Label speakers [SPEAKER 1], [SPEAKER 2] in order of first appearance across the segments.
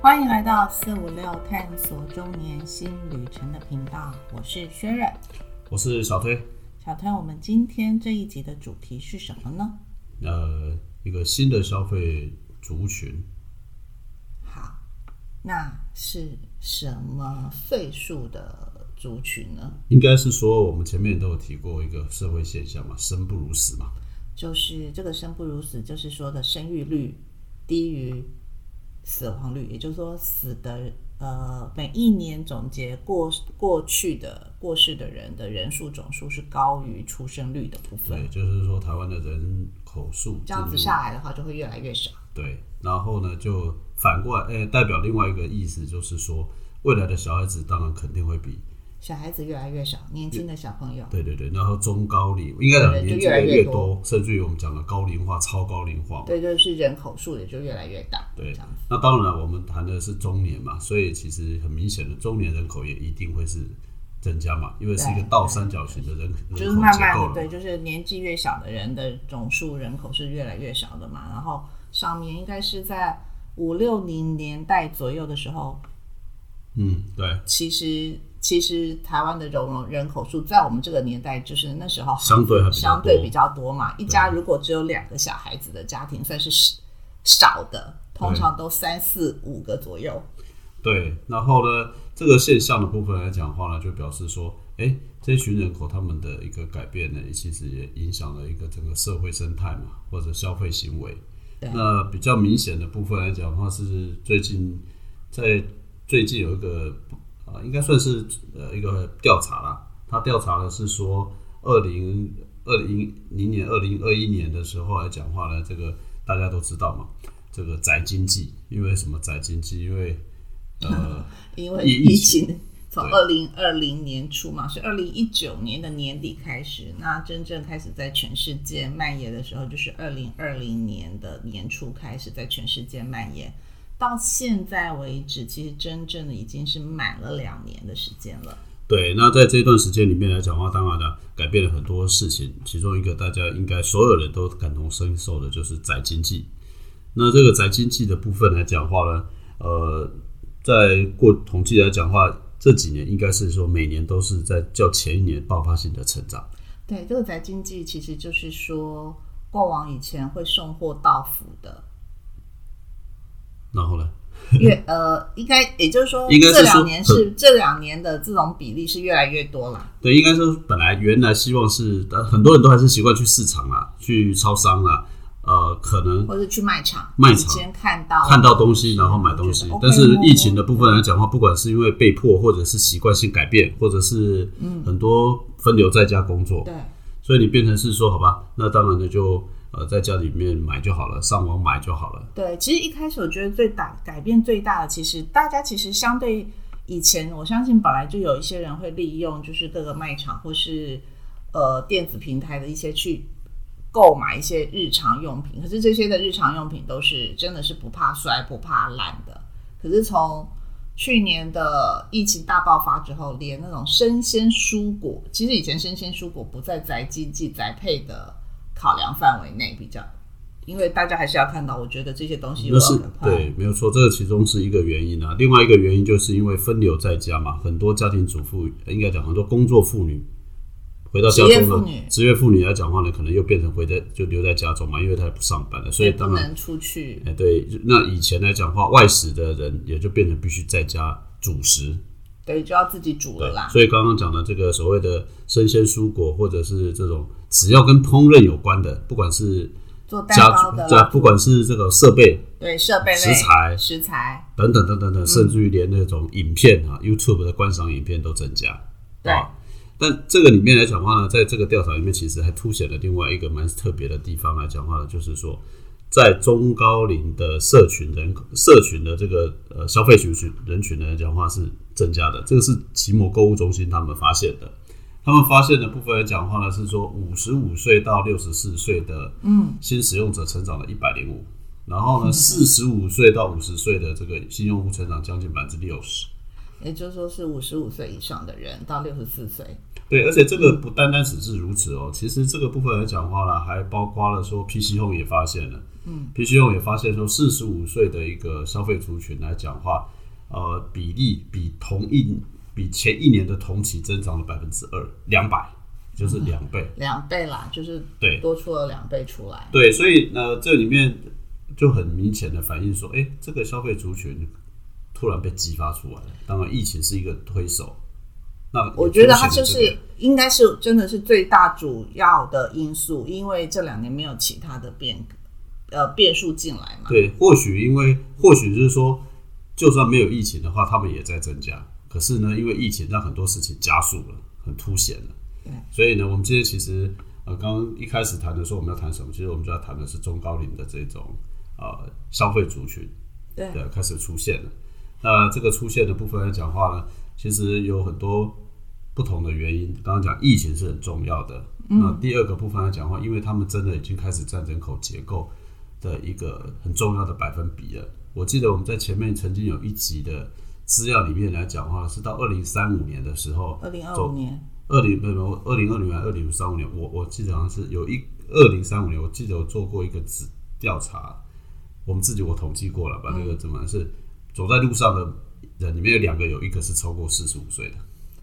[SPEAKER 1] 欢迎来到四五六探索中年新旅程的频道，我是薛瑞。
[SPEAKER 2] 我是小推。
[SPEAKER 1] 小推，我们今天这一集的主题是什么呢？
[SPEAKER 2] 呃，一个新的消费族群，
[SPEAKER 1] 好，那是什么岁数的族群呢？
[SPEAKER 2] 应该是说我们前面都有提过一个社会现象嘛，生不如死嘛。
[SPEAKER 1] 就是这个生不如死，就是说的生育率低于死亡率，也就是说死的呃每一年总结过过去的过世的人的人数总数是高于出生率的部分
[SPEAKER 2] 对，，就是说台湾的人口数
[SPEAKER 1] 这样子
[SPEAKER 2] 进入
[SPEAKER 1] 下来的话就会越来越少。
[SPEAKER 2] 对，然后呢就反过来，呃，代表另外一个意思就是说，未来的小孩子当然肯定会比
[SPEAKER 1] 小孩子越来越少，年轻的小朋友
[SPEAKER 2] 对对对，然后中高龄应该讲
[SPEAKER 1] 对
[SPEAKER 2] 年
[SPEAKER 1] 就
[SPEAKER 2] 纪
[SPEAKER 1] 越来
[SPEAKER 2] 的
[SPEAKER 1] 越
[SPEAKER 2] 越
[SPEAKER 1] 多
[SPEAKER 2] 多，甚至于我们讲的高龄化、超高龄化嘛。
[SPEAKER 1] 对，就是人口数也就越来越大，
[SPEAKER 2] 对
[SPEAKER 1] 这样子，
[SPEAKER 2] 那当然我们谈的是中年嘛，所以其实很明显的中年人口也一定会是增加嘛，因为是一个
[SPEAKER 1] 对
[SPEAKER 2] 倒三角形的人
[SPEAKER 1] 就
[SPEAKER 2] 人
[SPEAKER 1] 是
[SPEAKER 2] 口
[SPEAKER 1] 慢
[SPEAKER 2] 结
[SPEAKER 1] 慢
[SPEAKER 2] 构
[SPEAKER 1] 的
[SPEAKER 2] 了。
[SPEAKER 1] 对，就是年纪越小的人的总数人口是越来越少的嘛，然后上面应该是在五六零年代左右的时候，
[SPEAKER 2] 嗯，对，
[SPEAKER 1] 其实其实台湾的容容人口数在我们这个年代就是那时候
[SPEAKER 2] 相对还比较
[SPEAKER 1] 相
[SPEAKER 2] 多。
[SPEAKER 1] 对比较多嘛，一家如果只有两个小孩子的家庭算是少少的，通
[SPEAKER 2] 对
[SPEAKER 1] 常都三四五个左右。
[SPEAKER 2] 对，然后呢，这个现象的部分来讲的话呢，就表示说，哎，这群人口他们的一个改变呢，其实也影响了一个整个社会生态嘛，或者消费行为。
[SPEAKER 1] 对
[SPEAKER 2] 那比较明显的部分来讲的话，是最近呃在最近有一个呃，应该算是呃一个调查啦，他调查的是说二零二零零年、二零二一年的时候来讲话呢，这个大家都知道嘛。这个宅经济，因为什么宅经济？因为呃，
[SPEAKER 1] 因为
[SPEAKER 2] 疫
[SPEAKER 1] 疫
[SPEAKER 2] 情
[SPEAKER 1] 情从
[SPEAKER 2] 对
[SPEAKER 1] 二零二零年初嘛，是二零一九年的年底开始，那真正开始在全世界蔓延的时候，就是二零二零年的年初开始在全世界蔓延，到现在为止，其实真正的已经是满了两年的时间了。
[SPEAKER 2] 对，那在这段时间里面来讲的话，当然了，改变了很多事情。其中一个大家应该所有人都感同身受的，就是宅经济。那这个宅经济的部分来讲的话呢，呃，在过统计来讲的话，这几年应该是说每年都是在较前一年爆发性的成长。
[SPEAKER 1] 对，这个宅经济其实就是说，过往以前会送货到府 的，
[SPEAKER 2] 然后呢，
[SPEAKER 1] 越呃，应该也就是说，
[SPEAKER 2] 应该是
[SPEAKER 1] 这
[SPEAKER 2] 说
[SPEAKER 1] 两年是这两年的这种比例是越来越多了。
[SPEAKER 2] 对，应该说本来原来希望是，呃很多人都还是习惯去市场啊，去超商啊，呃，可能
[SPEAKER 1] 或者去卖场，
[SPEAKER 2] 卖场
[SPEAKER 1] 以前看到
[SPEAKER 2] 看到东西然后买东西
[SPEAKER 1] 觉得，
[SPEAKER 2] 但是
[SPEAKER 1] OK，
[SPEAKER 2] 疫情的部分来讲的话，不管是因为被迫，或者是习惯性改变，或者是
[SPEAKER 1] 嗯
[SPEAKER 2] 很多分流在家工作，
[SPEAKER 1] 对
[SPEAKER 2] 所以你变成是说，好吧，那当然呢就呃在家里面买就好了，上网买就好了。
[SPEAKER 1] 对，其实一开始我觉得最大改变最大的，其实大家其实相对以前，我相信本来就有一些人会利用就是各个卖场或是呃电子平台的一些去。购买一些日常用品，可是这些的日常用品都是真的是不怕摔、不怕烂的。可是从去年的疫情大爆发之后，连那种生鲜蔬果，其实以前生鲜蔬果不在宅经济宅配的考量范围内比较，因为大家还是要看到，我觉得这些东西我
[SPEAKER 2] 那
[SPEAKER 1] 要
[SPEAKER 2] 是
[SPEAKER 1] 赶快
[SPEAKER 2] 对，没有错，这个其中是一个原因啊。另外一个原因就是因为分流在家嘛，很多家庭主妇呃应该讲很多工作妇女回到家
[SPEAKER 1] 职业
[SPEAKER 2] 中呢
[SPEAKER 1] 妇女，
[SPEAKER 2] 职业妇女来讲的话呢，可能又变成回在就留在家中嘛，因为她也不上班了，所以
[SPEAKER 1] 也不
[SPEAKER 2] 当然
[SPEAKER 1] 能出去。
[SPEAKER 2] 哎，对，那以前来讲话，外食的人也就变成必须在家主食，
[SPEAKER 1] 对，就要自己煮了啦。
[SPEAKER 2] 所以刚刚讲的这个所谓的生鲜蔬果，或者是这种只要跟烹饪有关的，不管是
[SPEAKER 1] 做蛋
[SPEAKER 2] 家
[SPEAKER 1] 糕
[SPEAKER 2] 具
[SPEAKER 1] 的，
[SPEAKER 2] 家
[SPEAKER 1] 啦，
[SPEAKER 2] 不管是这个设备
[SPEAKER 1] 对设备类、
[SPEAKER 2] 食材
[SPEAKER 1] 食材，
[SPEAKER 2] 等等等等等，甚至于连那种影片啊、YouTube 的观赏影片都增加。
[SPEAKER 1] 对
[SPEAKER 2] 啊但这个里面来讲话呢，在这个调查里面，其实还凸显了另外一个蛮特别的地方来讲话呢，就是说，在中高龄的社群人口、社群的这个呃消费群群人群来讲话是增加的，这个是奇摩购物中心他们发现的。他们发现的部分来讲话呢，是说五十五岁到六十四岁的嗯新使用者成长了一百零五，然后呢四十五岁到五十岁的这个新用户成长将近百分之六十。
[SPEAKER 1] 也就是说是五十五岁以上的人到六十四岁，
[SPEAKER 2] 对，而且这个不单单只是如此哦，其实这个部分来讲的话呢，还包括了说 PC Home 也发现了，嗯，皮西用也发现说，四十五岁的一个消费族群来讲话，呃，比例比同一比前一年的同期增长了百分之二，两百就是两倍。
[SPEAKER 1] 两倍啦，就是
[SPEAKER 2] 对
[SPEAKER 1] 多出了两倍出来。
[SPEAKER 2] 对，所以呢，这里面就很明显的反映说，哎，这个消费族群突然被激发出来了。当然，疫情是一个推手。那也
[SPEAKER 1] 我觉得它
[SPEAKER 2] 凸
[SPEAKER 1] 就
[SPEAKER 2] 显了
[SPEAKER 1] 是应该是真的是最大主要的因素，因为这两年没有其他的变呃变数进来嘛。
[SPEAKER 2] 这个对，或许因为或许就是说，就算没有疫情的话，他们也在增加。可是呢，因为疫情让很多事情加速了，很凸显了。
[SPEAKER 1] 对
[SPEAKER 2] 所以呢，我们今天其实呃，刚刚一开始谈的时候，我们要谈什么？其实我们就要谈的是中高龄的这种呃消费族群。
[SPEAKER 1] 对
[SPEAKER 2] 对，开始出现了。那这个出现的部分来讲话呢，其实有很多不同的原因。刚刚讲疫情是很重要的，
[SPEAKER 1] 嗯
[SPEAKER 2] 那第二个部分来讲话，因为他们真的已经开始占人口结构的一个很重要的百分比了。我记得我们在前面曾经有一集的资料里面来讲话，是到二零三五年的时候，
[SPEAKER 1] 二零二五年，
[SPEAKER 2] 二零不不二零二零年二零三五年，我我记得好像是有一二零三五年，我记得我做过一个子调查，我们自己我统计过了，把这个怎么是走在路上的人里面有两个，有一个是超过四十五岁的，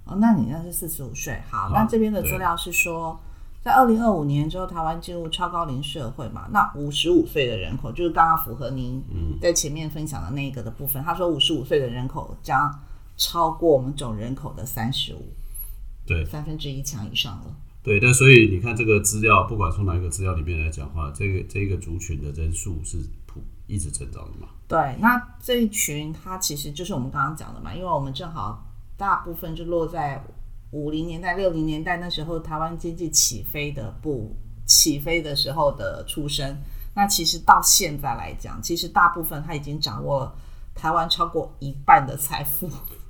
[SPEAKER 1] 哦，那你那是四十五岁。好，
[SPEAKER 2] 好
[SPEAKER 1] 那这边的资
[SPEAKER 2] 对
[SPEAKER 1] 料是说，在二零二五年之后，台湾进入超高龄社会嘛。那五十五岁的人口，就是刚刚符合您在前面分享的那一个的部分。他说，五十五岁的人口将超过我们总人口的三十五，
[SPEAKER 2] 对
[SPEAKER 1] 三分之一强以上了。
[SPEAKER 2] 对。但所以你看这个资料，不管从哪一个资料里面来讲话，这个这一个族群的人数是普一直成长的嘛？
[SPEAKER 1] 对，那这一群它其实就是我们刚刚讲的嘛，因为我们正好大部分就落在五零年代、六零年代那时候台湾经济起飞的不起飞的时候的出生。那其实到现在来讲，其实大部分他已经掌握了台湾超过一半的财富。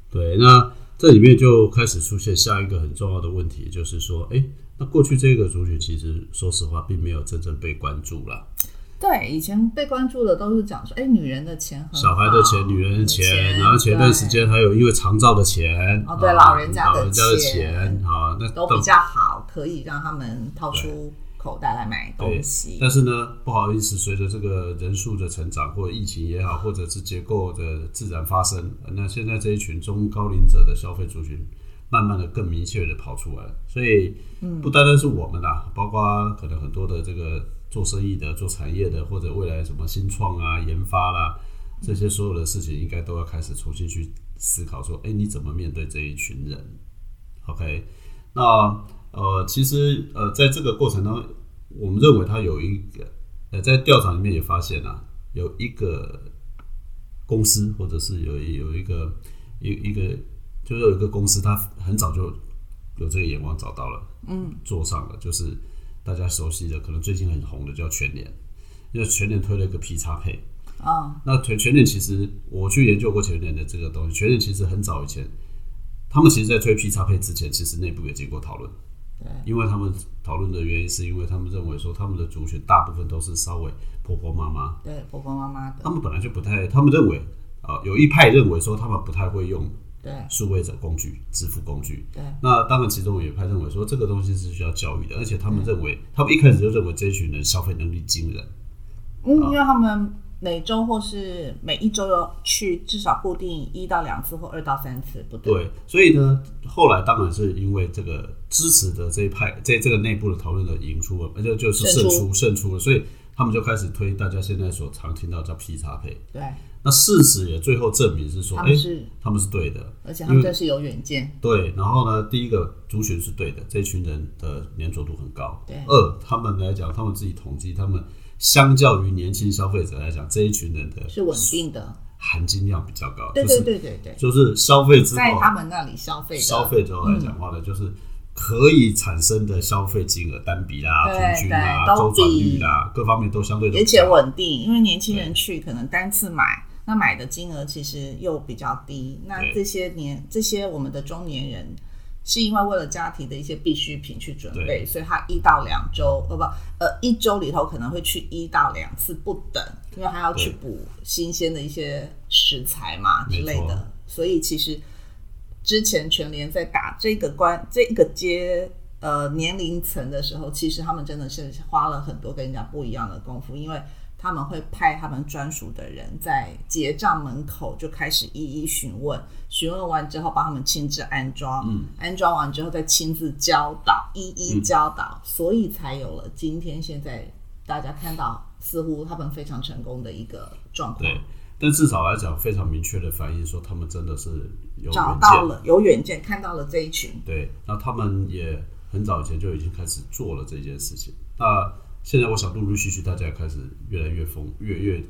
[SPEAKER 2] 对，那这里面就开始出现下一个很重要的问题，就是说，哎，那过去这个族群其实说实话并没有真正被关注啦。
[SPEAKER 1] 对，以前被关注的都是讲说，哎，女人的钱很好，
[SPEAKER 2] 小孩的钱、女人的钱，然后前段时间还有因为长照的钱，
[SPEAKER 1] 哦对
[SPEAKER 2] 啊
[SPEAKER 1] 老人家的
[SPEAKER 2] 老人家的
[SPEAKER 1] 钱
[SPEAKER 2] 钱，啊，那
[SPEAKER 1] 对都比较好，可以让他们掏出口袋来买东西。
[SPEAKER 2] 但是呢，不好意思，随着这个人数的成长，或者疫情也好，或者是结构的自然发生，呃那现在这一群中高龄者的消费族群，慢慢的更明确的跑出来了。所以，不单单是我们啦，包括可能很多的这个做生意的、做产业的，或者未来什么新创啊、研发啦、这些所有的事情，应该都要开始重新去思考，说，哎，你怎么面对这一群人？OK，那呃，其实呃，在这个过程当中，我们认为它有一个呃，在调查里面也发现啊，有一个公司或者是有一有一个一一个就是有一个公司，它很早就有这个眼光找到了，嗯，做上了，就是大家熟悉的，可能最近很红的叫全联，因为全联推了一个 P 叉配，
[SPEAKER 1] 嗯，
[SPEAKER 2] 那全全联其实我去研究过全联的这个东西，全联其实很早以前，他们其实在推 P 叉配之前，其实内部也经过讨论。
[SPEAKER 1] 对
[SPEAKER 2] 因为他们讨论的原因，是因为他们认为说他们的族群大部分都是稍微婆婆妈妈，
[SPEAKER 1] 对，婆婆妈妈
[SPEAKER 2] 他
[SPEAKER 1] 的，
[SPEAKER 2] 们本来就不太，他们认为啊、呃有一派认为说他们不太会用
[SPEAKER 1] 对
[SPEAKER 2] 数位者工具、支付工具。
[SPEAKER 1] 对。
[SPEAKER 2] 那当然，其中有一派认为说这个东西是需要教育的，而且他们认为，他们一开始就认为这一群人消费能力惊人，
[SPEAKER 1] 嗯，因为他们每周或是每一周要去至少固定一到两次或二到三次，不对？
[SPEAKER 2] 对，所以呢，后来当然是因为这个支持的这一派，在这个内部的讨论的赢出了，呃就就是
[SPEAKER 1] 胜
[SPEAKER 2] 胜出胜出了，所以他们就开始推大家现在所常听到叫 P 叉配。
[SPEAKER 1] 对，
[SPEAKER 2] 那事实也最后证明是说，
[SPEAKER 1] 他
[SPEAKER 2] 哎、
[SPEAKER 1] 们是，
[SPEAKER 2] 他们是对的，
[SPEAKER 1] 而且他们真是有远见，
[SPEAKER 2] 对。然后呢，第一个族群是对的，这群人的粘着度很高。
[SPEAKER 1] 对
[SPEAKER 2] 二，他们来讲，他们自己统计，他们相较于年轻消费者来讲，这一群人的
[SPEAKER 1] 是稳定的。
[SPEAKER 2] 含金量比较高，
[SPEAKER 1] 对对对对对，
[SPEAKER 2] 就是就是消费之
[SPEAKER 1] 在他
[SPEAKER 2] 后，
[SPEAKER 1] 们那里消费的，
[SPEAKER 2] 消费之后来讲话呢，就是。可以产生的消费金额单笔啦、
[SPEAKER 1] 对
[SPEAKER 2] 平均啦、
[SPEAKER 1] 对都
[SPEAKER 2] 周转
[SPEAKER 1] 比
[SPEAKER 2] 率啦，各方面都相对的
[SPEAKER 1] 而且稳定，因为年轻人去可能单次买。那买的金额其实又比较低，那
[SPEAKER 2] 对
[SPEAKER 1] 这些年这些我们的中年人，是因为为了家庭的一些必需品去准备，
[SPEAKER 2] 对
[SPEAKER 1] 所以他一到两周，呃不，呃一周里头可能会去一到两次不等，因为他要去
[SPEAKER 2] 对
[SPEAKER 1] 补新鲜的一些食材嘛啊之
[SPEAKER 2] 没
[SPEAKER 1] 类的
[SPEAKER 2] 错，
[SPEAKER 1] 所以其实之前全联在打这个关这个阶呃年龄层的时候，其实他们真的是花了很多跟人家不一样的功夫，因为他们会派他们专属的人在结账门口就开始一一询问，询问完之后帮他们亲自安装，
[SPEAKER 2] 嗯
[SPEAKER 1] 安装完之后再亲自教导，一一教导，所以才有了今天现在大家看到似乎他们非常成功的一个状况
[SPEAKER 2] 对。但至少来讲，非常明确的反映说，他们真的是有
[SPEAKER 1] 找
[SPEAKER 2] 远
[SPEAKER 1] 到
[SPEAKER 2] 见。
[SPEAKER 1] 了有远见，看到了这一群，
[SPEAKER 2] 对，那他们也很早以前就已经开始做了这件事情。那现在我想，陆陆续续大家也开始越来越疯，越越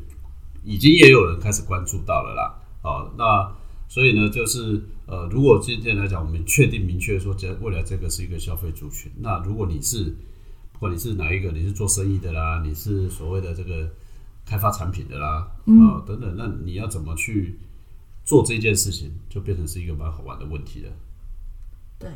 [SPEAKER 2] 已经也有人开始关注到了啦。啊，那所以呢，就是呃，如果今天来讲，我们确定明确说，这未来这个是一个消费族群。那如果你是不管你是哪一个，你是做生意的啦，你是所谓的这个开发产品的啦，啊、等等，那你要怎么去做这件事情，就变成是一个蛮好玩的问题了，
[SPEAKER 1] 对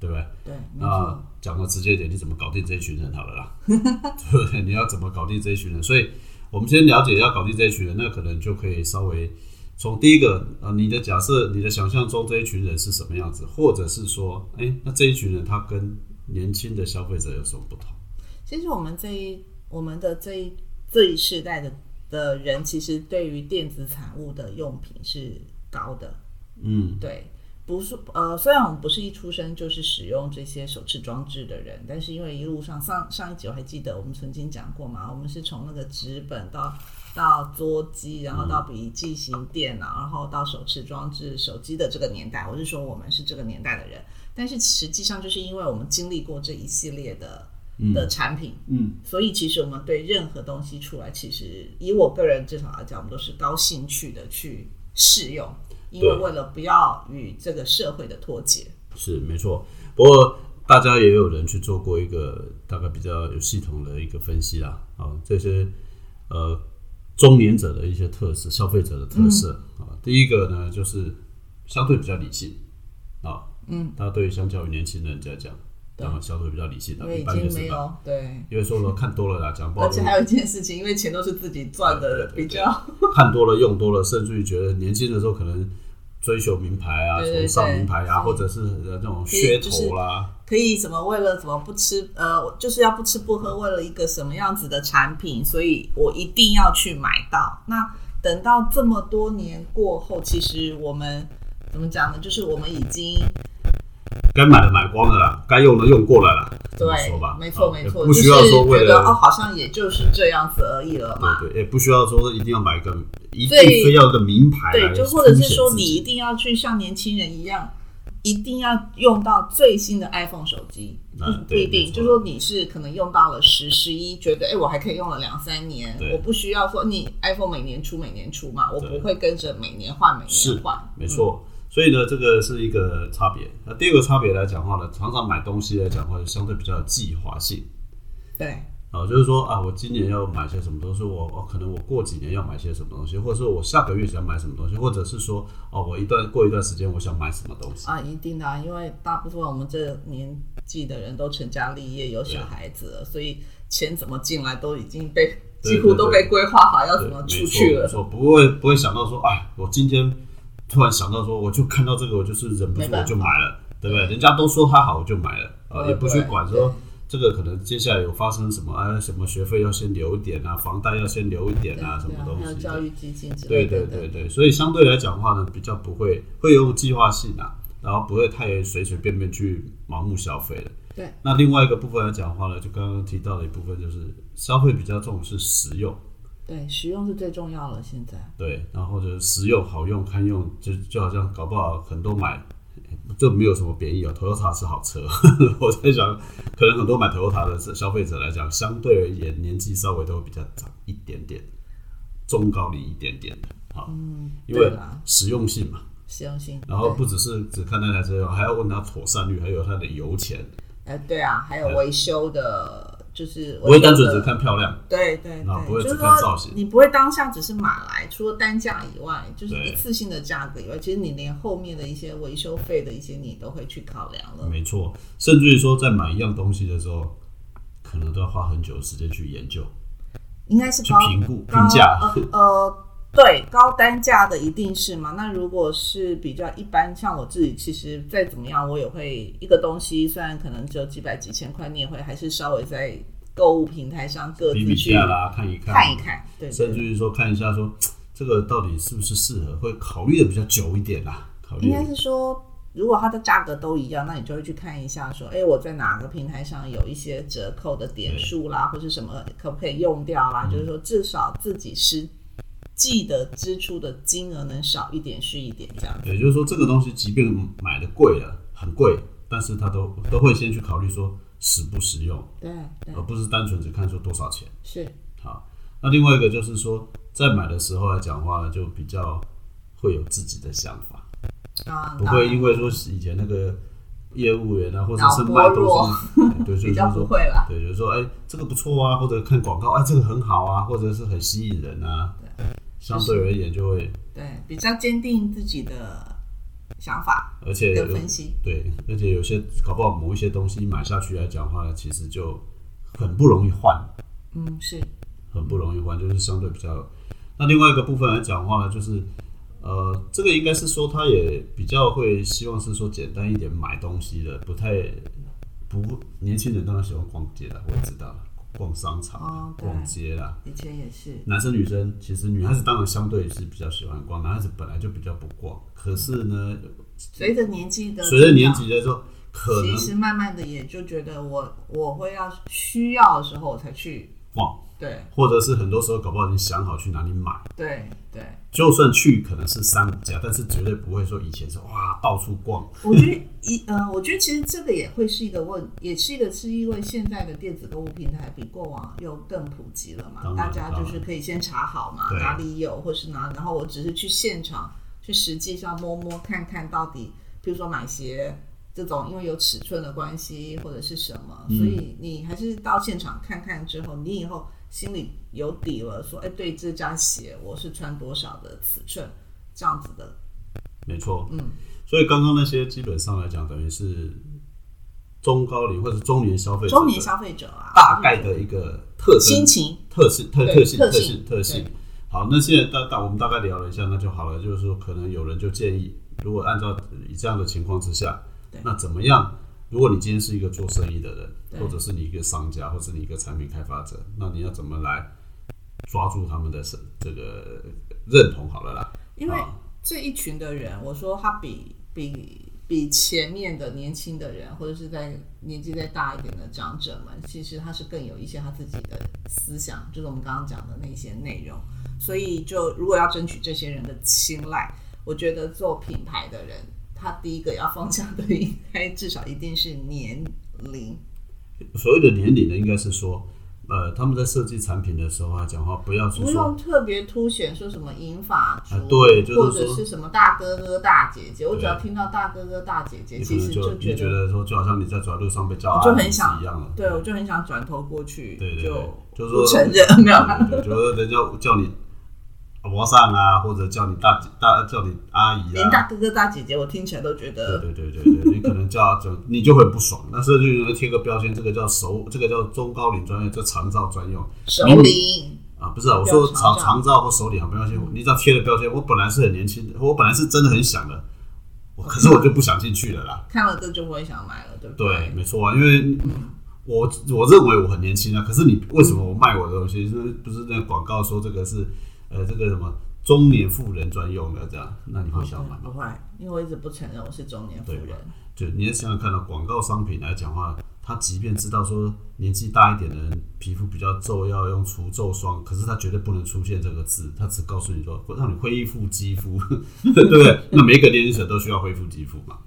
[SPEAKER 2] 对不对？
[SPEAKER 1] 对，没
[SPEAKER 2] 那
[SPEAKER 1] 错，
[SPEAKER 2] 讲的直接一点，你怎么搞定这一群人好了啦？对不对？你要怎么搞定这一群人？所以我们先了解要搞定这一群人，那可能就可以稍微从第一个啊、呃你的假设、你的想象中这一群人是什么样子，或者是说，哎，那这一群人他跟年轻的消费者有什么不同？
[SPEAKER 1] 其实我们这一我们的这一这一世代的的人，其实对于电子产物的用品是高的，
[SPEAKER 2] 嗯，
[SPEAKER 1] 对，不是呃，虽然我们不是一出生就是使用这些手持装置的人，但是因为一路上上上一集我还记得我们曾经讲过嘛，我们是从那个纸本到到桌机，然后到笔记型电脑，然后到手持装置手机的这个年代，我是说我们是这个年代的人，但是实际上就是因为我们经历过这一系列的的产品，
[SPEAKER 2] 嗯，
[SPEAKER 1] 所以其实我们对任何东西出来，其实以我个人至少来讲，我们都是高兴趣的去试用，因为
[SPEAKER 2] 对
[SPEAKER 1] 为了不要与这个社会的脱节。
[SPEAKER 2] 是没错。不过大家也有人去做过一个大概比较有系统的一个分析啦，啊，这些呃中年者的一些特色，消费者的特色
[SPEAKER 1] 嗯
[SPEAKER 2] 啊、第一个呢，就是相对比较理性啊，嗯，他对于相较于年轻人来讲，然后相对比较理性
[SPEAKER 1] 因
[SPEAKER 2] 的，
[SPEAKER 1] 为
[SPEAKER 2] 一
[SPEAKER 1] 已
[SPEAKER 2] 般就
[SPEAKER 1] 经
[SPEAKER 2] 是
[SPEAKER 1] 没
[SPEAKER 2] 吧。
[SPEAKER 1] 有对，
[SPEAKER 2] 因为说了看多了啦，讲不好
[SPEAKER 1] 而
[SPEAKER 2] 听
[SPEAKER 1] 且，还有一件事情，因为钱都是自己赚
[SPEAKER 2] 对对
[SPEAKER 1] 的，
[SPEAKER 2] 对
[SPEAKER 1] 比较
[SPEAKER 2] 看多了用多了，甚至于觉得年轻的时候可能追求名牌啊，
[SPEAKER 1] 对对
[SPEAKER 2] 崇尚
[SPEAKER 1] 对
[SPEAKER 2] 名牌
[SPEAKER 1] 是
[SPEAKER 2] 啊，或者是那种
[SPEAKER 1] 所以
[SPEAKER 2] 噱
[SPEAKER 1] 就是
[SPEAKER 2] 头啦，
[SPEAKER 1] 可以什么为了什么不吃呃，就是要不吃不喝，为了一个什么样子的产品，所以我一定要去买到。那等到这么多年过后，其实我们怎么讲呢？就是我们已经
[SPEAKER 2] 该买的买光了啦，该用的用过了啦，这么
[SPEAKER 1] 对
[SPEAKER 2] 说吧，，
[SPEAKER 1] 没错
[SPEAKER 2] 啊
[SPEAKER 1] 没
[SPEAKER 2] 也
[SPEAKER 1] 错，
[SPEAKER 2] 不需要说为
[SPEAKER 1] 就是觉得哦，
[SPEAKER 2] 了
[SPEAKER 1] 好像也就是这样子而已了嘛。
[SPEAKER 2] 对对，也不需要说一定要买个一定
[SPEAKER 1] 对
[SPEAKER 2] 非要一个名牌来
[SPEAKER 1] 对，就或者
[SPEAKER 2] 凸
[SPEAKER 1] 是
[SPEAKER 2] 显
[SPEAKER 1] 说
[SPEAKER 2] 自
[SPEAKER 1] 你
[SPEAKER 2] 己
[SPEAKER 1] 一定要去像年轻人一样，一定要用到最新的 iPhone 手机，
[SPEAKER 2] 啊
[SPEAKER 1] 不不
[SPEAKER 2] 对
[SPEAKER 1] 一定，
[SPEAKER 2] 没错
[SPEAKER 1] 就说你是可能用到了十、十一，觉得哎，我还可以用了两三年，
[SPEAKER 2] 对
[SPEAKER 1] 我不需要说你 iPhone 每年出每年出嘛，我
[SPEAKER 2] 对
[SPEAKER 1] 不会跟着每年换每
[SPEAKER 2] 是
[SPEAKER 1] 年换，
[SPEAKER 2] 没错。所以呢，这个是一个差别。那第二个差别来讲的话呢，常常买东西来讲的话，就相对比较有计划性
[SPEAKER 1] 对
[SPEAKER 2] 啊，就是说啊，我今年要买些什么东西，我我可能我过几年要买些什么东西，或者说我下个月想买什么东西，或者是说哦、我一段过一段时间我想买什么东西，
[SPEAKER 1] 啊，一定的啊，因为大部分我们这年纪的人都成家立业，有小孩子了，所以钱怎么进来都已经被
[SPEAKER 2] 对
[SPEAKER 1] 几乎都
[SPEAKER 2] 对对
[SPEAKER 1] 被规划好要
[SPEAKER 2] 对
[SPEAKER 1] 怎么哦出
[SPEAKER 2] 没错
[SPEAKER 1] 去
[SPEAKER 2] 没
[SPEAKER 1] 了。
[SPEAKER 2] 错，不会不会想到说，哎，我今天突然想到说，我就看到这个，我就是忍不
[SPEAKER 1] 没
[SPEAKER 2] 住
[SPEAKER 1] 办
[SPEAKER 2] 我
[SPEAKER 1] 法
[SPEAKER 2] 就买了，对不对？人家都说它好，我就买了啊，
[SPEAKER 1] 对
[SPEAKER 2] 也不去
[SPEAKER 1] 对
[SPEAKER 2] 管
[SPEAKER 1] 对
[SPEAKER 2] 说这个可能接下来有发生什么啊，什么学费要先留一点啊，房贷要先留一点
[SPEAKER 1] 对
[SPEAKER 2] 啊，什么
[SPEAKER 1] 对
[SPEAKER 2] 东
[SPEAKER 1] 还有
[SPEAKER 2] 西
[SPEAKER 1] 教
[SPEAKER 2] 的。
[SPEAKER 1] 育基金之
[SPEAKER 2] 对
[SPEAKER 1] 类
[SPEAKER 2] 对
[SPEAKER 1] 的。
[SPEAKER 2] 对对，所以相对来讲的话呢，比较不会会有计划性啊，然后不会太随随便便去盲目消费了。
[SPEAKER 1] 对，
[SPEAKER 2] 那另外一个部分来讲的话呢，就刚刚提到的一部分就是消费比较重视实用。
[SPEAKER 1] 对，实用是最重要了。现在
[SPEAKER 2] 对，然后就是实用、好用、堪用，就就好像搞不好很多买，这没有什么贬义啊。Toyota 是好车， 我在想，可能很多买 Toyota 的消费者来讲，相对而言年纪稍微都会比较长一点点，中高龄一点点的，好，因
[SPEAKER 1] 嗯对
[SPEAKER 2] 为
[SPEAKER 1] 啦
[SPEAKER 2] 实用性嘛。
[SPEAKER 1] 实用性，
[SPEAKER 2] 然后
[SPEAKER 1] 对
[SPEAKER 2] 不只是只看那台车，还要问它妥善率，还有它的油钱，
[SPEAKER 1] 呃，对啊，还有维修的，就是
[SPEAKER 2] 哎不会单纯
[SPEAKER 1] 维修
[SPEAKER 2] 只
[SPEAKER 1] 的
[SPEAKER 2] 看漂亮。
[SPEAKER 1] 对对
[SPEAKER 2] 啊
[SPEAKER 1] 对，
[SPEAKER 2] 不会
[SPEAKER 1] 就是
[SPEAKER 2] 只看
[SPEAKER 1] 说
[SPEAKER 2] 造型
[SPEAKER 1] 你不会当下只是买来，除了单价以外，就是
[SPEAKER 2] 对
[SPEAKER 1] 一次性的价格以外，其实你连后面的一些维修费的一些你都会去考量了。
[SPEAKER 2] 没错，甚至于说在买一样东西的时候，可能都要花很久的时间去研究。
[SPEAKER 1] 应该是
[SPEAKER 2] 去
[SPEAKER 1] 高
[SPEAKER 2] 评估
[SPEAKER 1] 高
[SPEAKER 2] 评价
[SPEAKER 1] 呃呃，对，高单价的一定是嘛。那如果是比较一般，像我自己，其实再怎么样，我也会一个东西，虽然可能只有几百几千块，你也会还是稍微再购物平台上各
[SPEAKER 2] 比
[SPEAKER 1] 自
[SPEAKER 2] 比
[SPEAKER 1] 去
[SPEAKER 2] 价啦，看一看，
[SPEAKER 1] 看一看，对
[SPEAKER 2] 甚至
[SPEAKER 1] 对，
[SPEAKER 2] 于说看一下说这个到底是不是适合，会考虑的比较久一点啦。考虑
[SPEAKER 1] 应该是说，如果它的价格都一样，那你就会去看一下，说，哎，我在哪个平台上有一些折扣的点数啦，或是什么可不可以用掉啦？
[SPEAKER 2] 嗯
[SPEAKER 1] 就是说，至少自己实际的支出的金额能少一点是一点，这样子。
[SPEAKER 2] 也就是说，这个东西即便买的贵了，很贵，但是他都都会先去考虑说实不实用，
[SPEAKER 1] 对对
[SPEAKER 2] 而，不是单纯只看说多少钱。
[SPEAKER 1] 是
[SPEAKER 2] 好，那另外一个就是说，在买的时候来讲话呢，就比较会有自己的想法，
[SPEAKER 1] 啊，
[SPEAKER 2] 不会因为说以前那个业务员啊，或者是
[SPEAKER 1] 脑波
[SPEAKER 2] 卖东
[SPEAKER 1] 弱
[SPEAKER 2] 西，哎 对，就是
[SPEAKER 1] 比较
[SPEAKER 2] 说
[SPEAKER 1] 不会啦。
[SPEAKER 2] 对，就是说，哎，这个不错啊，或者看广告，哎，这个很好啊，或者是很吸引人啊，相对而言就会，
[SPEAKER 1] 对，比较坚定自己的想法
[SPEAKER 2] 而且有
[SPEAKER 1] 跟分析。
[SPEAKER 2] 对，而且有些搞不好某一些东西买下去来讲的话，其实就很不容易换，
[SPEAKER 1] 嗯，是
[SPEAKER 2] 很不容易换，就是相对比较。那另外一个部分来讲的话呢，就是呃，这个应该是说他也比较会希望是说简单一点买东西的，不太不年轻人当然喜欢逛街了，我知道了，逛商场啊
[SPEAKER 1] 哦、对
[SPEAKER 2] 逛街啦。
[SPEAKER 1] 以前也是，
[SPEAKER 2] 男生女生其实女孩子当然相对是比较喜欢逛，男孩子本来就比较不逛。可是呢，
[SPEAKER 1] 嗯随着年纪的
[SPEAKER 2] 随着年
[SPEAKER 1] 增
[SPEAKER 2] 纪的时候，可
[SPEAKER 1] 长，
[SPEAKER 2] 能
[SPEAKER 1] 其实慢慢的也就觉得我我会要需要的时候我才去。
[SPEAKER 2] 逛，
[SPEAKER 1] 对
[SPEAKER 2] 或者是很多时候搞不好你想好去哪里买，
[SPEAKER 1] 对对，
[SPEAKER 2] 就算去可能是三五家，但是绝对不会说以前是哇到处逛。
[SPEAKER 1] 我觉得一呃，我觉得其实这个也会是一个问，也是一个是因为现在的电子购物平台比过往又更普及了嘛
[SPEAKER 2] 当，然
[SPEAKER 1] 大家就是可以先查好嘛，
[SPEAKER 2] 对
[SPEAKER 1] 哪里有或是哪，然后我只是去现场去实际上摸摸看看到底，比如说买鞋这种，因为有尺寸的关系或者是什么，
[SPEAKER 2] 嗯
[SPEAKER 1] 所以你还是到现场看看之后，你以后心里有底了，说哎，对这家鞋我是穿多少的尺寸这样子的，
[SPEAKER 2] 没错，
[SPEAKER 1] 嗯，
[SPEAKER 2] 所以刚刚那些基本上来讲，等于是中高龄或者中年消费者的
[SPEAKER 1] 中年消费者啊，
[SPEAKER 2] 大概的一个特征
[SPEAKER 1] 心情。
[SPEAKER 2] 特性、特
[SPEAKER 1] 对
[SPEAKER 2] 特性、特
[SPEAKER 1] 特
[SPEAKER 2] 性、
[SPEAKER 1] 性
[SPEAKER 2] 特性。好，那现在大大我们大概聊了一下，那就好了。就是说，可能有人就建议，如果按照以这样的情况之下
[SPEAKER 1] 对，
[SPEAKER 2] 那怎么样？如果你今天是一个做生意的人，
[SPEAKER 1] 对
[SPEAKER 2] 或者是你一个商家，或者你一个产品开发者，那你要怎么来抓住他们的是这个认同？好了啦，
[SPEAKER 1] 因为
[SPEAKER 2] 啊
[SPEAKER 1] 这一群的人，我说他比比比前面的年轻的人，或者是在年纪再大一点的长者们，其实他是更有一些他自己的思想，就是我们刚刚讲的那些内容。所以，就如果要争取这些人的青睐，我觉得做品牌的人，他第一个要放下的应该至少一定是年龄。
[SPEAKER 2] 所谓的年龄呢，应该是说，呃，他们在设计产品的时候啊，讲话不要是
[SPEAKER 1] 不
[SPEAKER 2] 说
[SPEAKER 1] 用特别凸显说什么银发族、
[SPEAKER 2] 啊对就是
[SPEAKER 1] 或者
[SPEAKER 2] 说
[SPEAKER 1] 是什么大哥哥大姐姐，我
[SPEAKER 2] 对
[SPEAKER 1] 只要听到大哥哥大姐姐，
[SPEAKER 2] 你可
[SPEAKER 1] 其
[SPEAKER 2] 能
[SPEAKER 1] 实
[SPEAKER 2] 就
[SPEAKER 1] 觉哦
[SPEAKER 2] 你觉得说，就好像你在走在路上被叫
[SPEAKER 1] 我就
[SPEAKER 2] 阿
[SPEAKER 1] 很
[SPEAKER 2] 姨是
[SPEAKER 1] 想
[SPEAKER 2] 一样的，
[SPEAKER 1] 对我就很想转头过去，
[SPEAKER 2] 对对对就
[SPEAKER 1] 就是不
[SPEAKER 2] 说
[SPEAKER 1] 承认没有啦，
[SPEAKER 2] 对对对就是人家叫你阿伯上啊，或者叫你大姐大叫你阿姨
[SPEAKER 1] 连
[SPEAKER 2] 啊，
[SPEAKER 1] 大哥哥大姐姐我听起来都觉
[SPEAKER 2] 对
[SPEAKER 1] 得
[SPEAKER 2] 对对对对，你可能叫就你就会不爽，那所以就有人贴个标签，这个叫熟，这个叫中高龄专用，这长照专用
[SPEAKER 1] 熟龄，
[SPEAKER 2] 啊，不是啊，我说
[SPEAKER 1] 不要
[SPEAKER 2] 长
[SPEAKER 1] 长照
[SPEAKER 2] 长照或手里啊，没关系，你只要贴了标签，我本来是很年轻，我本来是真的很想的，我可是我就不想进去了啦，
[SPEAKER 1] 看了这就不会想买了，对不
[SPEAKER 2] 对，？没错啊，因为我我认为我很年轻啊，可是你为什么我卖我的东西，是不是那广告说这个是呃这个什么中年妇人专用的这样？那你会想买吗？
[SPEAKER 1] 不会，因为我一直不承认我是中年妇
[SPEAKER 2] 对
[SPEAKER 1] 人，
[SPEAKER 2] 就你也想想看到、啊广告商品来讲的话，他即便知道说年纪大一点的人皮肤比较皱要用除皱霜，可是他绝对不能出现这个字，他只告诉你说 让你恢复肌肤， 对不对？那每一个年龄层都需要恢复肌肤嘛，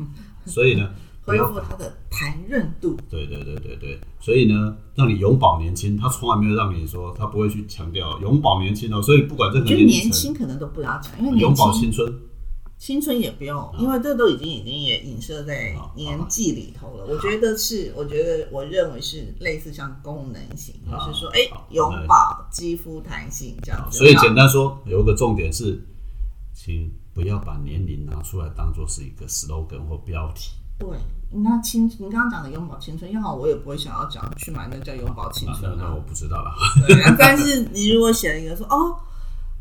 [SPEAKER 2] 所以呢，不
[SPEAKER 1] 恢
[SPEAKER 2] 要
[SPEAKER 1] 复它的弹韧度，
[SPEAKER 2] 对对对对对，所以呢，让你永葆年轻，他从来没有让你说，他不会去强调永葆年轻哦。所以不管任
[SPEAKER 1] 我
[SPEAKER 2] 何
[SPEAKER 1] 觉得
[SPEAKER 2] 龄
[SPEAKER 1] 年
[SPEAKER 2] 层，
[SPEAKER 1] 轻可能都不要讲，因为
[SPEAKER 2] 永
[SPEAKER 1] 年
[SPEAKER 2] 葆
[SPEAKER 1] 轻
[SPEAKER 2] 青春，
[SPEAKER 1] 青春也不
[SPEAKER 2] 啊
[SPEAKER 1] 用，因为这都已经已经也影射在年纪里头了。
[SPEAKER 2] 啊
[SPEAKER 1] 我觉得是，我觉得我认为是类似像功能型，
[SPEAKER 2] 好
[SPEAKER 1] 就是说，哎
[SPEAKER 2] 好，
[SPEAKER 1] 永葆肌肤弹性这样子。
[SPEAKER 2] 啊所以
[SPEAKER 1] 那
[SPEAKER 2] 简单说，有一个重点是，请不要把年龄拿出来当做是一个 slogan 或标题。
[SPEAKER 1] 对，那青，你刚刚讲的永葆青春，要好我也不会想要讲去买那叫永葆青
[SPEAKER 2] 那那
[SPEAKER 1] 春
[SPEAKER 2] 那
[SPEAKER 1] 啊
[SPEAKER 2] 我。 不知 道了。
[SPEAKER 1] 对，但是你如果写了一个说哦，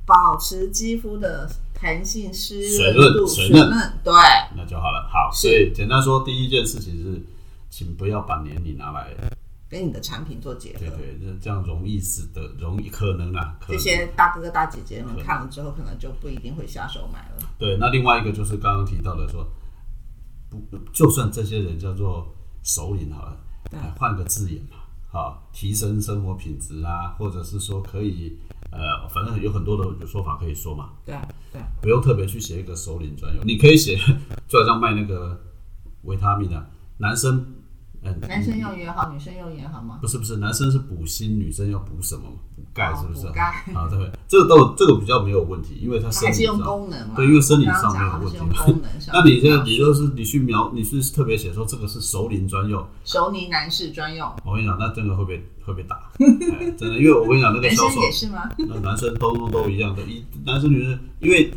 [SPEAKER 1] 保持肌肤的弹性、湿
[SPEAKER 2] 水润
[SPEAKER 1] 润度、
[SPEAKER 2] 水
[SPEAKER 1] 水
[SPEAKER 2] 润
[SPEAKER 1] 润，对，
[SPEAKER 2] 那就好了。好，所以简单说，第一件事情是，请不要把年龄拿来
[SPEAKER 1] 跟你的产品做结合。
[SPEAKER 2] 对对，这这样容易是的，容易可能啦，可
[SPEAKER 1] 这
[SPEAKER 2] 能。
[SPEAKER 1] 些大哥哥大姐姐们看了之后，可能就不一定会下手买了。
[SPEAKER 2] 对，那另外一个就是刚刚提到的说，不，就算这些人叫做首领好了，哎换个字眼嘛，啊，提升生活品质啊，或者是说可以，呃，反正有很多的说法可以说嘛，
[SPEAKER 1] 对啊，对啊，
[SPEAKER 2] 不用特别去写一个首领专用，你可以写，就好像卖那个维他命啊，男生，嗯、
[SPEAKER 1] 男生用也好，女生用也好吗？
[SPEAKER 2] 不是不是，男生是补锌，女生要补什么？补钙是不是
[SPEAKER 1] 哦
[SPEAKER 2] 啊？
[SPEAKER 1] 补钙
[SPEAKER 2] 啊，对，这个都这个比较没有问题，因为它
[SPEAKER 1] 它
[SPEAKER 2] 生
[SPEAKER 1] 还是
[SPEAKER 2] 理
[SPEAKER 1] 用
[SPEAKER 2] 上
[SPEAKER 1] 功能嘛？
[SPEAKER 2] 对因为生理上
[SPEAKER 1] 我刚
[SPEAKER 2] 没
[SPEAKER 1] 刚讲它是
[SPEAKER 2] 有问题
[SPEAKER 1] 用
[SPEAKER 2] 嘛
[SPEAKER 1] 功能 上。
[SPEAKER 2] 那你这你就是你去描，你是特别写说这个是熟龄专用，
[SPEAKER 1] 熟泥男士专用，
[SPEAKER 2] 我跟你讲，那真的会被会被 打、哎真的，因为我跟你讲，那个
[SPEAKER 1] 男
[SPEAKER 2] 销
[SPEAKER 1] 生
[SPEAKER 2] 售
[SPEAKER 1] 也是吗？
[SPEAKER 2] 那男生通通都一样的，一男生女生，因为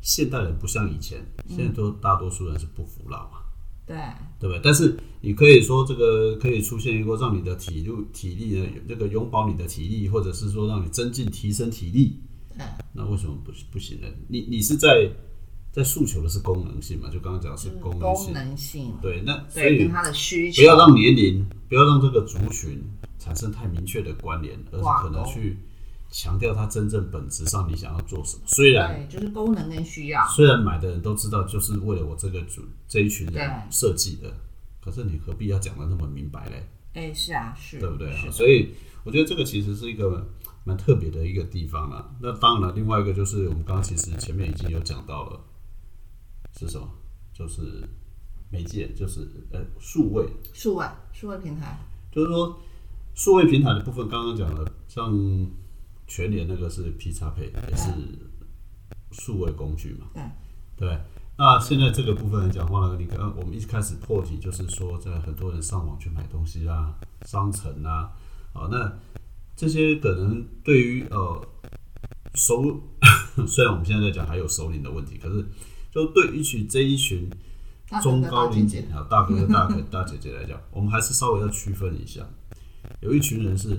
[SPEAKER 2] 现代人不像以前，现在都
[SPEAKER 1] 嗯
[SPEAKER 2] 大多数人是不服老嘛，
[SPEAKER 1] 对，
[SPEAKER 2] 对不对？但是你可以说这个可以出现一个让你的体力体力呢，这个拥抱你的体力，或者是说让你增进提升体力，
[SPEAKER 1] 嗯，
[SPEAKER 2] 那为什么不不行呢？你你是在在诉求的是功能性嘛？就刚刚讲的是功能
[SPEAKER 1] 嗯
[SPEAKER 2] 性
[SPEAKER 1] 功，能性，
[SPEAKER 2] 对，那所
[SPEAKER 1] 对，
[SPEAKER 2] 以
[SPEAKER 1] 跟它的需求
[SPEAKER 2] 不要让年龄，不要让这个族群产生太明确的关联，而是
[SPEAKER 1] 挂
[SPEAKER 2] 可能
[SPEAKER 1] 钩
[SPEAKER 2] 去强调它真正本质上你想要做什么。虽然
[SPEAKER 1] 对，就是功能跟需要。
[SPEAKER 2] 虽然买的人都知道，就是为了我这个族这一群人
[SPEAKER 1] 对
[SPEAKER 2] 设计的，可是你何必要讲的那么明白嘞？
[SPEAKER 1] 哎，是啊，是，
[SPEAKER 2] 对不对
[SPEAKER 1] 是
[SPEAKER 2] 啊？
[SPEAKER 1] 的
[SPEAKER 2] 所以我觉得这个其实是一个蛮特别的一个地方啦。那当然了，另外一个就是我们刚刚其实前面已经有讲到了，是什么？就是媒介，就是呃数位，
[SPEAKER 1] 数位数位平台，
[SPEAKER 2] 就是说数位平台的部分，刚刚讲了，像全年那个是 P 叉配，也是数位工具嘛，
[SPEAKER 1] 对
[SPEAKER 2] 对不对。那现在这个部分来讲话呢，你看呃我们一开始破题就是说，在很多人上网去买东西啦、商城啦、啊，好，那这些可能对于呃首， 虽然我们现在在讲还有首领的问题，可是就对于取这一群
[SPEAKER 1] 大哥
[SPEAKER 2] 中
[SPEAKER 1] 哥
[SPEAKER 2] 高
[SPEAKER 1] 大姐
[SPEAKER 2] 龄
[SPEAKER 1] 姐，
[SPEAKER 2] 啊，大哥哥、大哥、 大姐姐来讲，我们还是稍微要区分一下。有一群人是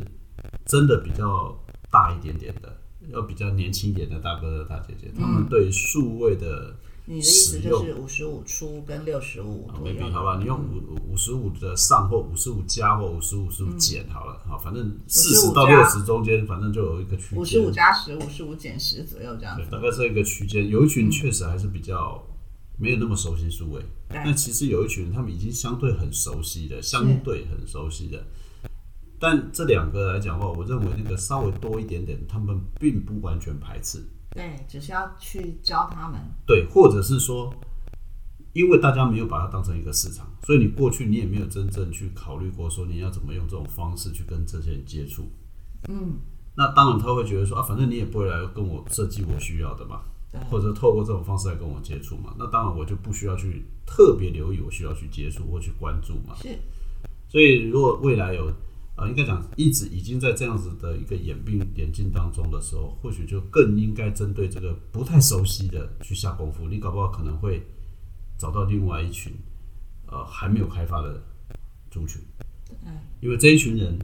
[SPEAKER 2] 真的比较大一点点的，要比较年轻一点的大哥哥、大姐
[SPEAKER 1] 嗯
[SPEAKER 2] 姐，他们对数位的
[SPEAKER 1] 你的意思
[SPEAKER 2] 使
[SPEAKER 1] 就
[SPEAKER 2] 用
[SPEAKER 1] 是五十五出跟六十五
[SPEAKER 2] 啊
[SPEAKER 1] 左
[SPEAKER 2] maybe
[SPEAKER 1] 右，
[SPEAKER 2] 好吧，你用五五十五的上或五十五加或五十五十五
[SPEAKER 1] 嗯
[SPEAKER 2] 减好了，好，反正四十到六十中间，反正就有一个区
[SPEAKER 1] 五十
[SPEAKER 2] 间
[SPEAKER 1] 五，加十，五十五减十左右这样
[SPEAKER 2] 对
[SPEAKER 1] 子。嗯
[SPEAKER 2] 大概是一个区间。有一群确实还是比较没有那么熟悉数位，
[SPEAKER 1] 对
[SPEAKER 2] 那其实有一群人他们已经相对很熟悉的，相对很熟悉的。但这两个来讲的话，我认为那个稍微多一点点，他们并不完全排斥，
[SPEAKER 1] 对，只是要去教他们。
[SPEAKER 2] 对，或者是说，因为大家没有把它当成一个市场，所以你过去你也没有真正去考虑过说你要怎么用这种方式去跟这些人接触。
[SPEAKER 1] 嗯，
[SPEAKER 2] 那当然他会觉得说啊，反正你也不会来跟我设计我需要的嘛，
[SPEAKER 1] 对
[SPEAKER 2] 或者透过这种方式来跟我接触嘛。那当然我就不需要去特别留意我需要去接触或去关注嘛。
[SPEAKER 1] 是，
[SPEAKER 2] 所以如果未来有呃，应该讲一直已经在这样子的一个演变演进当中的时候，或许就更应该针对这个不太熟悉的去下功夫。你搞不好可能会找到另外一群呃还没有开发的族群，因为这一群人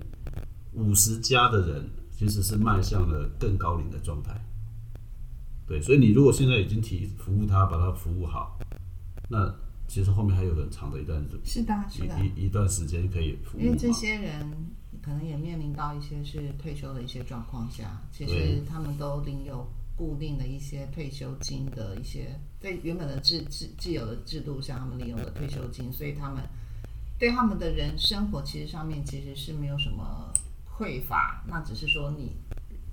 [SPEAKER 2] 五十加的人其实是迈向了更高龄的状态。对，所以你如果现在已经提服务他，把他服务好，那其实后面还有很长的一段日
[SPEAKER 1] 是的，是的。
[SPEAKER 2] 一一一段时间可以服务
[SPEAKER 1] 因为这
[SPEAKER 2] 嘛。
[SPEAKER 1] 些人可能也面临到一些是退休的一些状况下，其
[SPEAKER 2] 对
[SPEAKER 1] 实他们都领有固定的一些退休金的一些，在原本的制制既有的制度下，他们领有的退休金，所以他们对他们的人生活其实上面其实是没有什么匮乏，那只是说你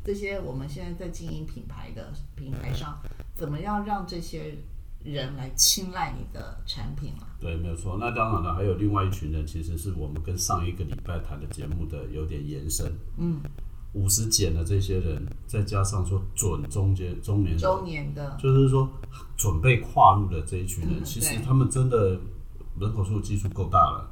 [SPEAKER 1] 这些我们现在在经营品牌的平台上，怎么样让这些人来青睐你的产品啊？
[SPEAKER 2] 对，没有错。那当然了，还有另外一群人，其实是我们跟上一个礼拜谈的节目的有点延伸。嗯，五十减的这些人，再加上说准中间中年人，
[SPEAKER 1] 周年的
[SPEAKER 2] 就是说准备跨入的这一群人，
[SPEAKER 1] 嗯
[SPEAKER 2] 其实
[SPEAKER 1] 对
[SPEAKER 2] 他们真的人口数基数够大了，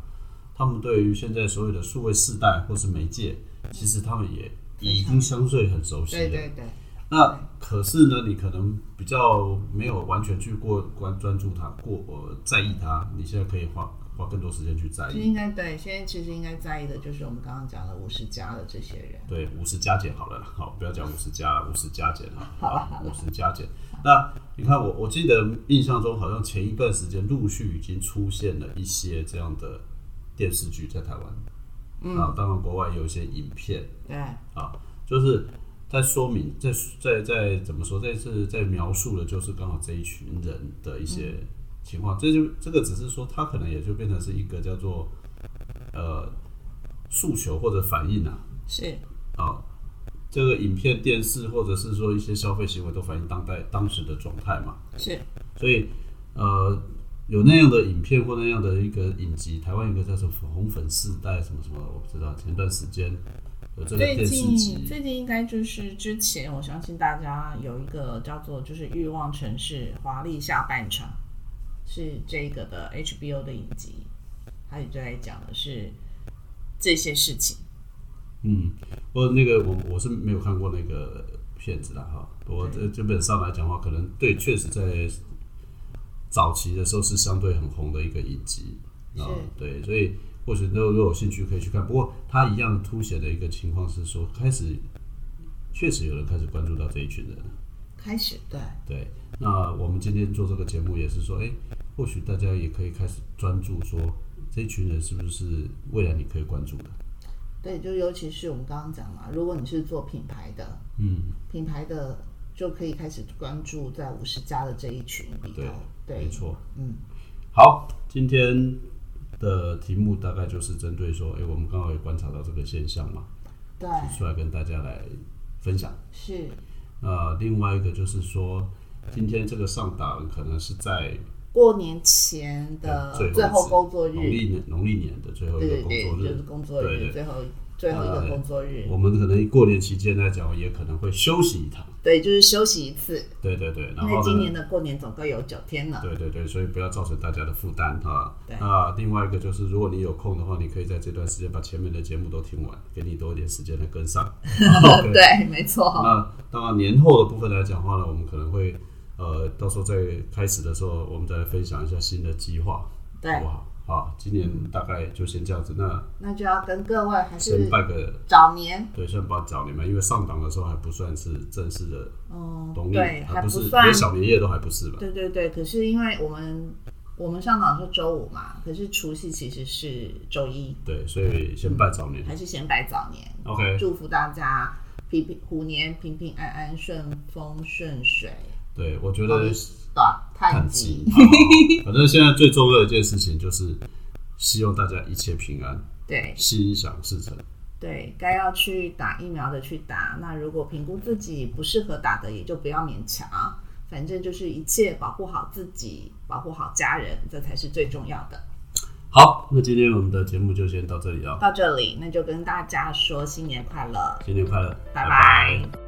[SPEAKER 2] 他们对于现在所有的数位世代或是媒介，其实他们也已经相对很熟悉了。
[SPEAKER 1] 对对对。
[SPEAKER 2] 那可是呢，你可能比较没有完全去过关专注它，过呃在意它，你现在可以花花更多时间去在
[SPEAKER 1] 就
[SPEAKER 2] 意。
[SPEAKER 1] 应该对，现在其实应该在意的就是我们刚刚讲的五十加的这些人，
[SPEAKER 2] 对，五十加减好了啦， 好，不要讲五十加了，五十加减好了，
[SPEAKER 1] 好了好了
[SPEAKER 2] 五十加减。那你看我，我记得印象中好像前一段时间陆续已经出现了一些这样的电视剧在台湾，啊，当然国外有一些影片
[SPEAKER 1] 对，
[SPEAKER 2] 啊，就是在说明，在在在怎么说，在是在描述的，就是刚好这一群人的一些
[SPEAKER 1] 嗯
[SPEAKER 2] 情况。这就这个只是说，它可能也就变成是一个叫做呃诉求或者反应啊，
[SPEAKER 1] 是，
[SPEAKER 2] 啊，这个影片、电视或者是说一些消费行为都反映当代当时的状态嘛。
[SPEAKER 1] 是，
[SPEAKER 2] 所以呃，有那样的影片或那样的一个影集，台湾有一个叫什么“红粉世代”什么什么，我不知道。前段时间有这个
[SPEAKER 1] 最
[SPEAKER 2] 电视
[SPEAKER 1] 近
[SPEAKER 2] 集，
[SPEAKER 1] 最近应该就是之前，我相信大家有一个叫做就是《欲望城市》华丽下半场，是这个的 HBO 的影集，它也就在讲的是这些事情。
[SPEAKER 2] 嗯，我那个我我是没有看过那个片子的哈。我这基本上来讲的话，可能对，确实在早期的时候是相对很红的一个影集
[SPEAKER 1] 是
[SPEAKER 2] 啊，对，所以或许都如果有兴趣可以去看。不过它一样凸显的一个情况是说，开始确实有人开始关注到这一群人了。
[SPEAKER 1] 开始对，
[SPEAKER 2] 对，那我们今天做这个节目也是说，哎，或许大家也可以开始专注说，这一群人是不是未来你可以关注的？
[SPEAKER 1] 对，就尤其是我们刚刚讲嘛，如果你是做品牌的，
[SPEAKER 2] 嗯，
[SPEAKER 1] 品牌的就可以开始关注在五十家的这一群里头
[SPEAKER 2] 对。没
[SPEAKER 1] 对，
[SPEAKER 2] 错。
[SPEAKER 1] 嗯，
[SPEAKER 2] 好，今天的题目大概就是针对说，哎，我们刚好也观察到这个现象嘛，
[SPEAKER 1] 对，
[SPEAKER 2] 提出来跟大家来分享。
[SPEAKER 1] 是，
[SPEAKER 2] 呃，另外一个就是说，今天这个上档可能是在
[SPEAKER 1] 过年前的
[SPEAKER 2] 最后一
[SPEAKER 1] 最后
[SPEAKER 2] 次
[SPEAKER 1] 工作
[SPEAKER 2] 农
[SPEAKER 1] 日，
[SPEAKER 2] 历年农历年的最后一
[SPEAKER 1] 对
[SPEAKER 2] 个
[SPEAKER 1] 对
[SPEAKER 2] 工
[SPEAKER 1] 对，
[SPEAKER 2] 作
[SPEAKER 1] 就是
[SPEAKER 2] 日，
[SPEAKER 1] 工作
[SPEAKER 2] 对
[SPEAKER 1] 日
[SPEAKER 2] 对
[SPEAKER 1] 最后最后一个
[SPEAKER 2] 呃
[SPEAKER 1] 工作日，
[SPEAKER 2] 我们可能过年期间来讲，也可能会休息一趟。
[SPEAKER 1] 对，就是休息一次，
[SPEAKER 2] 对对对，然
[SPEAKER 1] 因为
[SPEAKER 2] 后
[SPEAKER 1] 今
[SPEAKER 2] 呢？
[SPEAKER 1] 年的过年总共有九天 了，
[SPEAKER 2] 对对对，所以不要造成大家的负担哈
[SPEAKER 1] 对。
[SPEAKER 2] 那另外一个就是，如果你有空的话，你可以在这段时间把前面的节目都听完，给你多一点时间来跟上。OK 哦
[SPEAKER 1] 对，没错，
[SPEAKER 2] 那当然，年后的部分来讲话呢，我们可能会呃，到时候在开始的时候，我们再来分享一下新的计划，好
[SPEAKER 1] 对
[SPEAKER 2] 不，好？好，今年大概就先这样子。那
[SPEAKER 1] 那就要跟各位还
[SPEAKER 2] 先
[SPEAKER 1] 是
[SPEAKER 2] 拜个
[SPEAKER 1] 早年，
[SPEAKER 2] 对，先拜早年嘛，因为上档的时候还不算是正式的
[SPEAKER 1] 嗯
[SPEAKER 2] 农，历，啊
[SPEAKER 1] 对，还
[SPEAKER 2] 还不是
[SPEAKER 1] 算
[SPEAKER 2] 连小年夜都还不是吧？
[SPEAKER 1] 对对对，可是因为我们我们上场是周五嘛，可是除夕其实是周一，
[SPEAKER 2] 对，所以先拜早年。
[SPEAKER 1] 还是先拜早年，
[SPEAKER 2] OK，
[SPEAKER 1] 祝福大家平平虎年平平安安、顺风顺水，
[SPEAKER 2] 对，我觉
[SPEAKER 1] 好
[SPEAKER 2] 得
[SPEAKER 1] 的短探
[SPEAKER 2] 看机
[SPEAKER 1] 集，。
[SPEAKER 2] 好好反正现在最重要的一件事情就是，希望大家一切平安，
[SPEAKER 1] 对
[SPEAKER 2] 心想事成。
[SPEAKER 1] 对，该要去打疫苗的去打，那如果评估自己不适合打的，也就不要勉强。啊反正就是一切保护好自己，保护好家人，这才是最重要的。
[SPEAKER 2] 好，那今天我们的节目就先到这里了，啊
[SPEAKER 1] 到这里，那就跟大家说新年快乐，
[SPEAKER 2] 新年快乐，
[SPEAKER 1] 拜拜